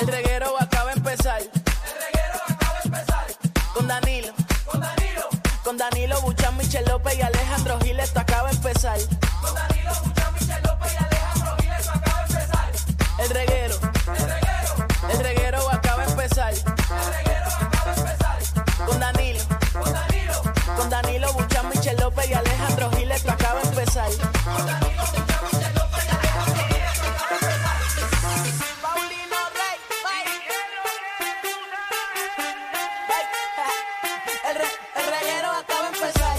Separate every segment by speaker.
Speaker 1: El reguero acaba de empezar. Con Danilo. Con Danilo Buchan, Michel López y Alejandro Giles, esto acaba de empezar. El reguero. El reguero acaba de empezar. Con Danilo. Con Danilo Buchan, Michel López y Alejandro Giles, esto acaba de empezar. Paulino Rey, El, re- el reguero acaba de empezar.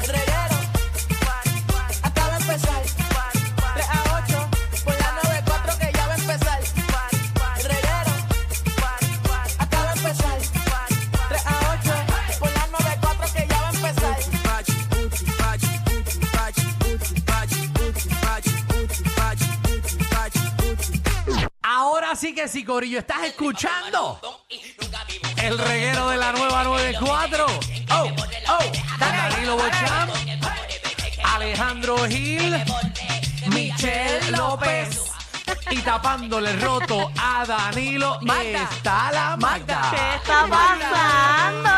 Speaker 1: El reguero acaba de empezar. 3 a 8 por la 94 que ya va a empezar. El reguero acaba de empezar. 3 a 8 por la 94 que ya va a empezar.
Speaker 2: Ahora sí que sí, Corillo, estás escuchando el reguero de la nueva 94. Oh, oh, Danilo Bocham, Alejandro Gil, Michelle López. Y tapándole el roto a Danilo
Speaker 1: Magda.
Speaker 2: está la Magda.
Speaker 3: ¿Qué está pasando?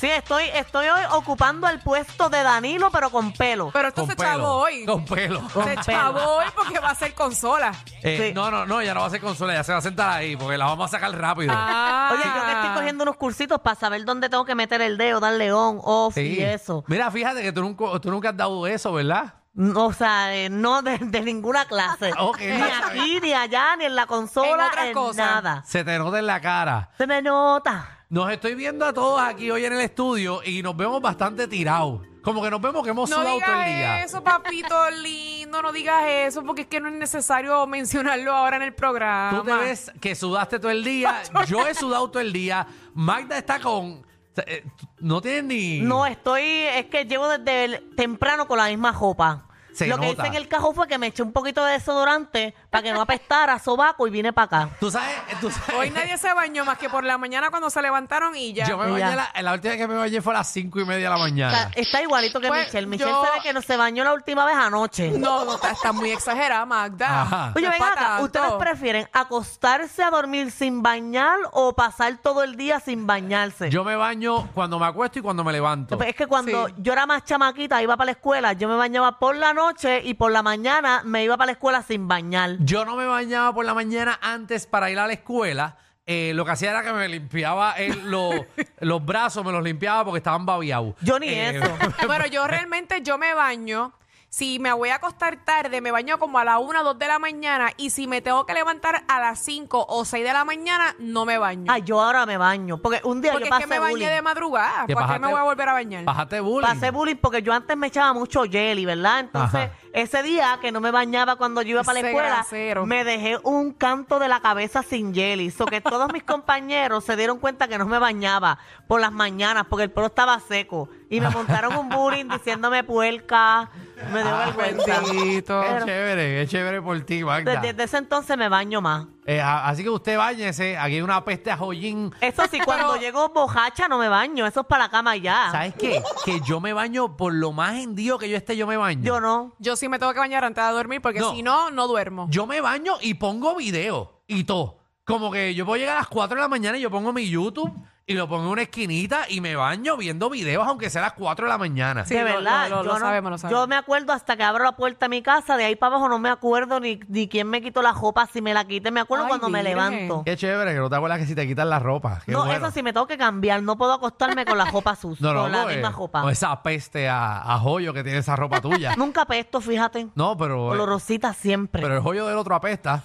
Speaker 3: Sí, estoy, estoy hoy ocupando el puesto de Danilo, pero con pelo.
Speaker 4: Pero esto se chavo hoy.
Speaker 2: Con pelo.
Speaker 4: Se
Speaker 3: Con
Speaker 4: chavo
Speaker 3: pelo.
Speaker 4: hoy porque va a ser consola.
Speaker 2: Eh,
Speaker 3: Sí.
Speaker 2: No, no, no, ya no va a ser consola, ya se va a sentar ahí porque la vamos a sacar rápido.
Speaker 4: Ah.
Speaker 3: Oye, yo que estoy cogiendo unos cursitos para saber dónde tengo que meter el dedo, darle on, off
Speaker 2: Sí.
Speaker 3: y eso.
Speaker 2: Mira, fíjate que tú nunca, tú nunca has dado eso, ¿verdad?
Speaker 3: O sea, eh, no de, de ninguna clase.
Speaker 2: Ok.
Speaker 3: Ni aquí, ni allá, ni en la consola,
Speaker 4: En otras
Speaker 3: en
Speaker 4: cosas.
Speaker 3: nada.
Speaker 2: Se te nota en la cara.
Speaker 3: Se me nota.
Speaker 2: Nos estoy viendo a todos aquí hoy en el estudio y nos vemos bastante tirados. Como que nos vemos que hemos
Speaker 4: Ah, No
Speaker 2: sudado todo el día.
Speaker 4: digas eso, papito lindo, no digas eso, porque es que no es necesario mencionarlo ahora en el programa.
Speaker 2: Tú te ves que sudaste todo el día. Yo he sudado todo el día. Magda está con. eh, No tienes ni.
Speaker 3: No, estoy, es que llevo desde el- temprano con la misma ropa.
Speaker 2: Se
Speaker 3: Lo que
Speaker 2: nota.
Speaker 3: hice en el cajón fue que me eché un poquito de desodorante para que no apestara sobaco y vine para acá.
Speaker 2: Tú sabes. eh, tú sabes-
Speaker 4: Hoy nadie se bañó más que por la mañana cuando se levantaron y ya.
Speaker 2: Yo me
Speaker 3: Ya.
Speaker 2: bañé. La, la última vez que me bañé fue a las cinco y media de la
Speaker 3: Está,
Speaker 2: mañana.
Speaker 3: está igualito que
Speaker 4: Pues,
Speaker 3: Michelle. Michelle
Speaker 4: yo-
Speaker 3: sabe que no se bañó la última vez anoche.
Speaker 4: No, no, está, está muy exagerada, Magda.
Speaker 2: Ajá.
Speaker 3: Oye,
Speaker 4: No
Speaker 3: venga
Speaker 4: es pa'
Speaker 3: acá,
Speaker 4: tanto.
Speaker 3: ¿ustedes prefieren acostarse a dormir sin bañar o pasar todo el día sin bañarse?
Speaker 2: Yo me baño cuando me acuesto y cuando me levanto.
Speaker 3: eh, Pues es que cuando
Speaker 4: Sí.
Speaker 3: yo era más chamaquita, iba para la escuela, yo me bañaba por la noche y por la mañana me iba para la escuela sin bañar.
Speaker 2: Yo no me bañaba por la mañana antes para ir a la escuela. Eh, lo que hacía era que me limpiaba el- lo- los brazos, me los limpiaba porque estaban babiados.
Speaker 3: Yo ni eso.
Speaker 4: Bueno, yo realmente yo me baño. Si me voy a acostar tarde, me baño como a la 1 o 2 de la mañana. Y si me tengo que levantar a las 5 o 6 de la mañana, no me baño.
Speaker 3: Ay, Ah, yo ahora me baño. Porque un día
Speaker 4: Porque
Speaker 3: yo
Speaker 4: es
Speaker 3: pasé
Speaker 4: que me bañé
Speaker 3: bullying.
Speaker 4: de madrugada.
Speaker 2: Te
Speaker 4: ¿Para qué me
Speaker 2: bajaste-
Speaker 4: voy a volver a bañar?
Speaker 2: Bájate bullying.
Speaker 3: Pasé bullying porque yo antes me echaba mucho jelly, ¿verdad? Entonces,
Speaker 2: Ajá.
Speaker 3: ese día que no me bañaba cuando yo iba para la
Speaker 4: Ese
Speaker 3: escuela,
Speaker 4: grasero.
Speaker 3: me dejé un canto de la cabeza sin jelly. So que todos mis compañeros se dieron cuenta que no me bañaba por las mañanas porque el pelo estaba seco. Y me montaron un bullying diciéndome puerca. Me dio
Speaker 2: Ah,
Speaker 3: vergüenza.
Speaker 2: bendito. Qué
Speaker 3: Pero-
Speaker 2: chévere, es chévere por ti, Magda.
Speaker 3: Desde, desde ese entonces me baño más.
Speaker 2: Eh, a- así que usted bañese, aquí hay una peste a joyín.
Speaker 3: Eso sí, cuando llego bojacha no me baño. Eso es para la cama y ya.
Speaker 2: ¿Sabes qué? que yo me baño por lo más hendido que yo esté, yo me baño.
Speaker 3: Yo no.
Speaker 4: Yo sí me tengo que bañar antes de dormir porque
Speaker 2: No.
Speaker 4: si no, no duermo.
Speaker 2: Yo me baño y pongo video y todo. Como que yo puedo llegar a las 4 de la mañana y yo pongo mi YouTube y lo pongo en una esquinita y me baño viendo videos aunque sea a las 4 de la mañana.
Speaker 4: Sí,
Speaker 3: de
Speaker 4: lo- lo-
Speaker 3: verdad,
Speaker 4: lo-
Speaker 3: yo
Speaker 4: lo
Speaker 3: no-
Speaker 4: sabemos, lo
Speaker 3: Yo
Speaker 4: sabemos.
Speaker 3: me acuerdo hasta que abro la puerta de mi casa, de ahí para abajo no me acuerdo ni, ni quién me quitó la ropa, si me la quité, me acuerdo
Speaker 4: Ay,
Speaker 3: cuando me
Speaker 4: virgen.
Speaker 3: levanto.
Speaker 2: Qué chévere, que no te acuerdas que si te quitan la ropa. Qué
Speaker 3: no,
Speaker 2: bueno.
Speaker 3: eso sí me tengo que cambiar, no puedo acostarme con la ropa sucia,
Speaker 2: No, no,
Speaker 3: con la
Speaker 2: porque-
Speaker 3: misma ropa.
Speaker 2: o esa peste a, a joyo que tiene esa ropa tuya.
Speaker 3: Nunca pesto, fíjate.
Speaker 2: No, pero, eh,
Speaker 3: Olorosita siempre.
Speaker 2: pero el joyo del otro apesta.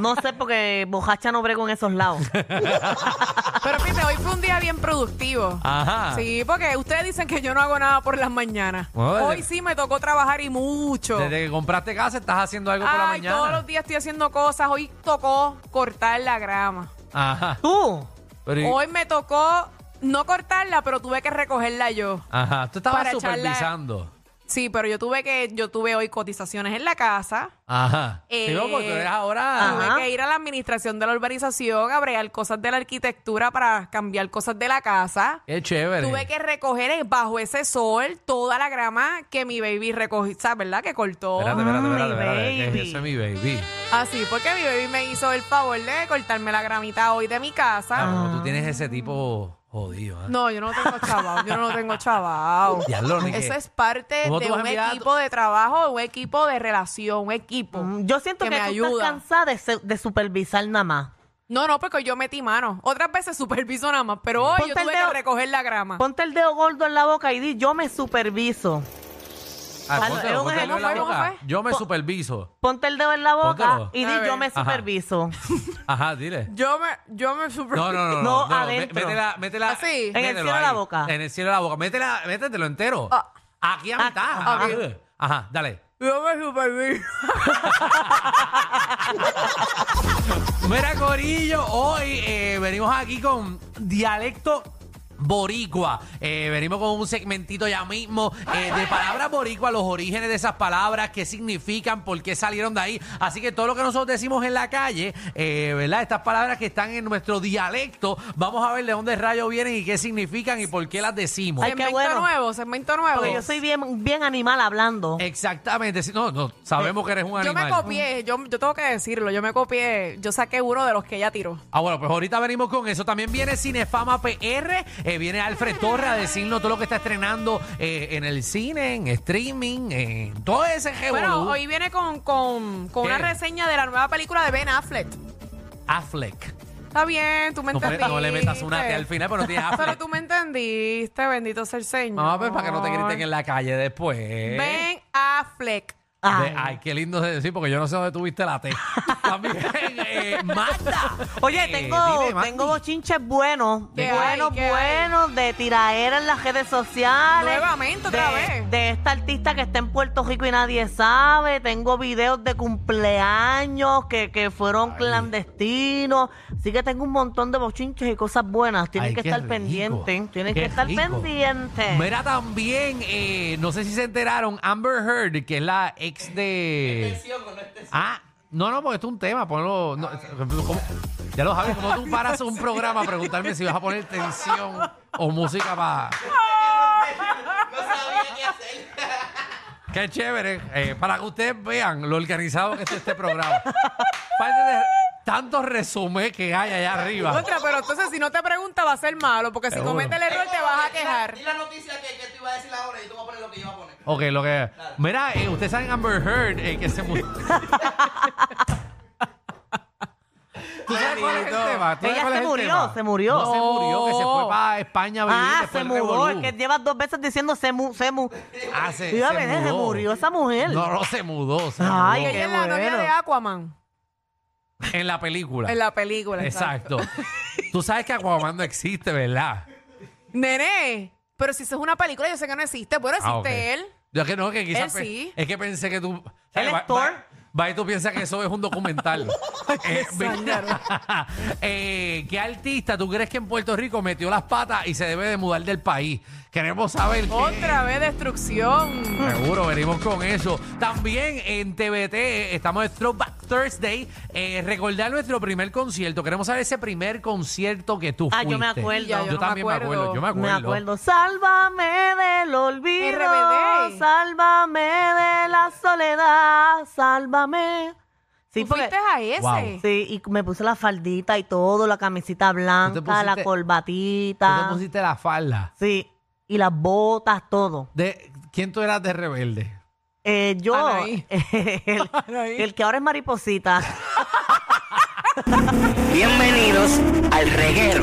Speaker 3: No sé porque bojacha no brego en esos lados.
Speaker 4: Pero fíjate, hoy fue un día bien productivo.
Speaker 2: Ajá.
Speaker 4: Sí, porque ustedes dicen que yo no hago nada por las mañanas.
Speaker 2: Bueno, desde-
Speaker 4: Hoy sí me tocó trabajar y mucho.
Speaker 2: Desde que compraste casa estás haciendo algo por la
Speaker 4: Ay,
Speaker 2: mañana.
Speaker 4: todos los días estoy haciendo cosas. Hoy tocó cortar la grama.
Speaker 2: Ajá.
Speaker 3: Tú,
Speaker 2: Pero y-
Speaker 4: Hoy me tocó no cortarla, pero tuve que recogerla yo.
Speaker 2: Ajá. Tú estabas
Speaker 4: para echarla-
Speaker 2: supervisando.
Speaker 4: Sí, pero yo tuve que, yo tuve hoy cotizaciones en la casa.
Speaker 2: Ajá. sí,
Speaker 4: Eh, ah.
Speaker 2: no, porque tú eres ahora.
Speaker 3: Ajá.
Speaker 4: Tuve que ir a la administración de la urbanización a bregar cosas de la arquitectura para cambiar cosas de la casa.
Speaker 2: Qué chévere.
Speaker 4: Tuve que recoger eh, bajo ese sol toda la grama que mi baby recogió, ¿sabes, verdad? Que cortó.
Speaker 2: Espérate, espérate,
Speaker 3: mi
Speaker 2: espérate, espérate, que
Speaker 3: baby.
Speaker 2: Ese es mi baby.
Speaker 4: Así, porque mi baby me hizo el favor de cortarme la gramita hoy de mi casa.
Speaker 2: Claro, no, Ah, tú tienes ese tipo jodido. ¿ah?
Speaker 4: No, yo no tengo chaval, yo no tengo chaval.
Speaker 2: Diablo, ni
Speaker 4: Eso
Speaker 2: que-
Speaker 4: es parte de
Speaker 2: ¿Cómo tú vas a
Speaker 4: un
Speaker 2: mirar a tu-
Speaker 4: equipo de trabajo, un equipo de relación, un equipo.
Speaker 3: Mm, Yo siento que,
Speaker 4: Que me
Speaker 3: tú
Speaker 4: ayuda.
Speaker 3: estás cansada de, se- de supervisar nada más.
Speaker 4: No, no, porque yo metí mano. Otras veces superviso nada más, pero hoy
Speaker 3: Ponte
Speaker 4: yo
Speaker 3: el
Speaker 4: tuve
Speaker 3: dedo-
Speaker 4: que recoger la grama.
Speaker 3: Ponte el dedo gordo en la boca y di, yo me superviso.
Speaker 2: Ah,
Speaker 3: Claro,
Speaker 2: póntelo,
Speaker 3: es un
Speaker 2: póntelo en la
Speaker 4: ejemplo,
Speaker 2: boca.
Speaker 4: ¿cómo fue?
Speaker 2: Yo me
Speaker 3: Po-
Speaker 2: superviso.
Speaker 3: Ponte el dedo en la boca
Speaker 2: Póntelo.
Speaker 3: y
Speaker 4: A
Speaker 3: di,
Speaker 4: ver.
Speaker 3: yo me
Speaker 2: Ajá.
Speaker 3: superviso.
Speaker 2: Ajá, dile.
Speaker 4: Yo me, yo me
Speaker 2: No,
Speaker 4: superviso.
Speaker 2: no, no.
Speaker 3: No,
Speaker 2: No, no,
Speaker 3: adentro.
Speaker 2: mé- Métela, métela.
Speaker 4: ¿Así? ¿Ah, En
Speaker 3: el
Speaker 2: mételo
Speaker 3: cielo de
Speaker 2: ahí.
Speaker 3: la boca.
Speaker 2: En el cielo de la boca. Métela, métetelo entero.
Speaker 4: Ah.
Speaker 2: Aquí a
Speaker 3: Ah,
Speaker 2: mitad.
Speaker 4: ah,
Speaker 2: Ajá. Ajá, dale.
Speaker 4: Yo me superviso.
Speaker 2: Mira, Corillo, hoy eh, venimos aquí con dialecto boricua. Eh, venimos con un segmentito ya mismo eh, de palabras boricua, los orígenes de esas palabras, qué significan, por qué salieron de ahí. Así que todo lo que nosotros decimos en la calle, eh, ¿verdad? Estas palabras que están en nuestro dialecto, vamos a ver de dónde rayos vienen y qué significan y por qué las decimos.
Speaker 3: Ay, qué
Speaker 4: Segmento
Speaker 3: bueno.
Speaker 4: nuevo, segmento nuevo.
Speaker 3: Porque yo soy bien, bien animal hablando.
Speaker 2: Eh, Exactamente, sí, no, no, sabemos que eres un
Speaker 4: Eh, Yo
Speaker 2: animal.
Speaker 4: me copié, yo, yo tengo que decirlo, yo me copié, yo saqué uno de los que ella tiró.
Speaker 2: Ah, bueno, pues ahorita venimos con eso. También viene Cinefama PR, eh, viene Alfred Torre a decirnos todo lo que está estrenando eh, en el cine, en streaming, en todo ese
Speaker 4: Bueno,
Speaker 2: revolú.
Speaker 4: hoy viene con, con, con una
Speaker 2: ¿Qué?
Speaker 4: reseña de la nueva película de Ben Affleck.
Speaker 2: Affleck.
Speaker 4: Está bien, tú me
Speaker 2: No, me-
Speaker 4: entendiste.
Speaker 2: no le metas una T al final, pero no tienes
Speaker 4: Pero
Speaker 2: Affleck.
Speaker 4: tú me entendiste, bendito sea el Señor.
Speaker 2: No, pues para que no te griten en la calle después.
Speaker 4: Ben Affleck.
Speaker 2: Ay.
Speaker 3: Ay.
Speaker 2: Ay, qué lindo de decir, porque yo no sé dónde tuviste la T. También, eh, Magda.
Speaker 3: Oye,
Speaker 2: Eh,
Speaker 3: tengo,
Speaker 2: dime, Magdi.
Speaker 3: tengo bochinches buenos,
Speaker 4: ¿Qué
Speaker 3: buenos,
Speaker 4: hay? ¿Qué hay?
Speaker 3: buenos, de tiraera en las redes sociales.
Speaker 4: Nuevamente, otra
Speaker 3: de,
Speaker 4: vez.
Speaker 3: De esta artista que está en Puerto Rico y nadie sabe. Tengo videos de cumpleaños que, que fueron clandestinos. Así que tengo un montón de bochinches y cosas buenas. Tienen
Speaker 2: Ay,
Speaker 3: que
Speaker 2: qué
Speaker 3: estar
Speaker 2: rico.
Speaker 3: pendientes. Tienen
Speaker 2: Qué
Speaker 3: que estar
Speaker 2: rico.
Speaker 3: pendientes.
Speaker 2: Mira, también, eh, no sé si se enteraron, Amber Heard, que es la ex de. Ah, no, no, porque esto es un tema, ponlo. no, ¿cómo? Ya lo sabes, como tú paras un programa a preguntarme si vas a poner tensión o música para. Qué chévere. eh, para que ustedes vean lo organizado que está este programa. Parte de tantos resumés que hay allá arriba.
Speaker 4: Contra, pero entonces si no te pregunta va a ser malo, porque si
Speaker 2: Ah. Seguro.
Speaker 4: comete el error te vas a quejar.
Speaker 5: Di la noticia que, que tú ibas a decir ahora y tú vas a poner lo que yo iba a poner.
Speaker 2: Ok, lo que. Mira, eh, ustedes saben Amber Heard eh, que se murió. ¿Tú sabes cuál es el tema? ¿Tú sabes
Speaker 3: Ella
Speaker 2: cuál
Speaker 3: se
Speaker 2: es el
Speaker 3: murió,
Speaker 2: tema?
Speaker 3: se murió.
Speaker 2: No, se murió, que se fue
Speaker 4: No.
Speaker 2: para España a vivir.
Speaker 3: Ah,
Speaker 2: después
Speaker 3: se
Speaker 2: del
Speaker 3: mudó.
Speaker 2: revolú.
Speaker 3: Es que llevas dos veces diciendo se mu, se mu.
Speaker 2: Ah, se,
Speaker 3: Iba a
Speaker 2: se
Speaker 3: ver, se murió esa mujer.
Speaker 2: No, no, se mudó. se
Speaker 3: Ay,
Speaker 4: Y
Speaker 2: mudó.
Speaker 4: ella es la
Speaker 3: bueno.
Speaker 4: novia de Aquaman
Speaker 2: En la película.
Speaker 4: en la película.
Speaker 2: Exacto. Tú sabes que Aquaman no existe, ¿verdad?
Speaker 4: Nene, pero si eso es una película, yo sé que no existe. Bueno, existe
Speaker 2: Ah, ok.
Speaker 4: él.
Speaker 2: Yo que no, que quizás.
Speaker 4: Él
Speaker 2: pe-
Speaker 4: sí.
Speaker 2: Es que pensé que tú.
Speaker 3: Él es
Speaker 2: va-
Speaker 3: Thor.
Speaker 2: va- Va y tú piensas que eso es un documental. Eh, mira, eh, ¿Qué artista tú crees que en Puerto Rico metió las patas y se debe de mudar del país? Queremos saber qué-
Speaker 4: Otra vez destrucción.
Speaker 2: Seguro, venimos con eso. También en TBT eh, estamos en Throwback Thursday. Eh, recordar nuestro primer concierto. Queremos saber ese primer concierto que tú
Speaker 3: Ah,
Speaker 2: fuiste.
Speaker 3: yo me acuerdo.
Speaker 4: Ya,
Speaker 2: Yo,
Speaker 4: yo no me
Speaker 2: también me acuerdo.
Speaker 4: acuerdo.
Speaker 2: Yo me
Speaker 3: Me
Speaker 2: acuerdo.
Speaker 3: acuerdo. Sálvame del olvido.
Speaker 4: RBD.
Speaker 3: Sálvame de la soledad. Sálvame. Sí,
Speaker 4: ¿Tú fuiste
Speaker 3: porque-
Speaker 4: a ese?
Speaker 2: Wow.
Speaker 3: sí, y me puse la faldita y todo, la camisita blanca, la
Speaker 2: pusiste- Tú
Speaker 3: corbatita.
Speaker 2: te pusiste la falda.
Speaker 3: Sí, y las botas, todo.
Speaker 2: De, ¿Quién tú eras de rebelde?
Speaker 3: Eh, yo,
Speaker 4: Anaí.
Speaker 3: el,
Speaker 4: Anaí.
Speaker 3: el que ahora es mariposita.
Speaker 6: Bienvenidos al reguero.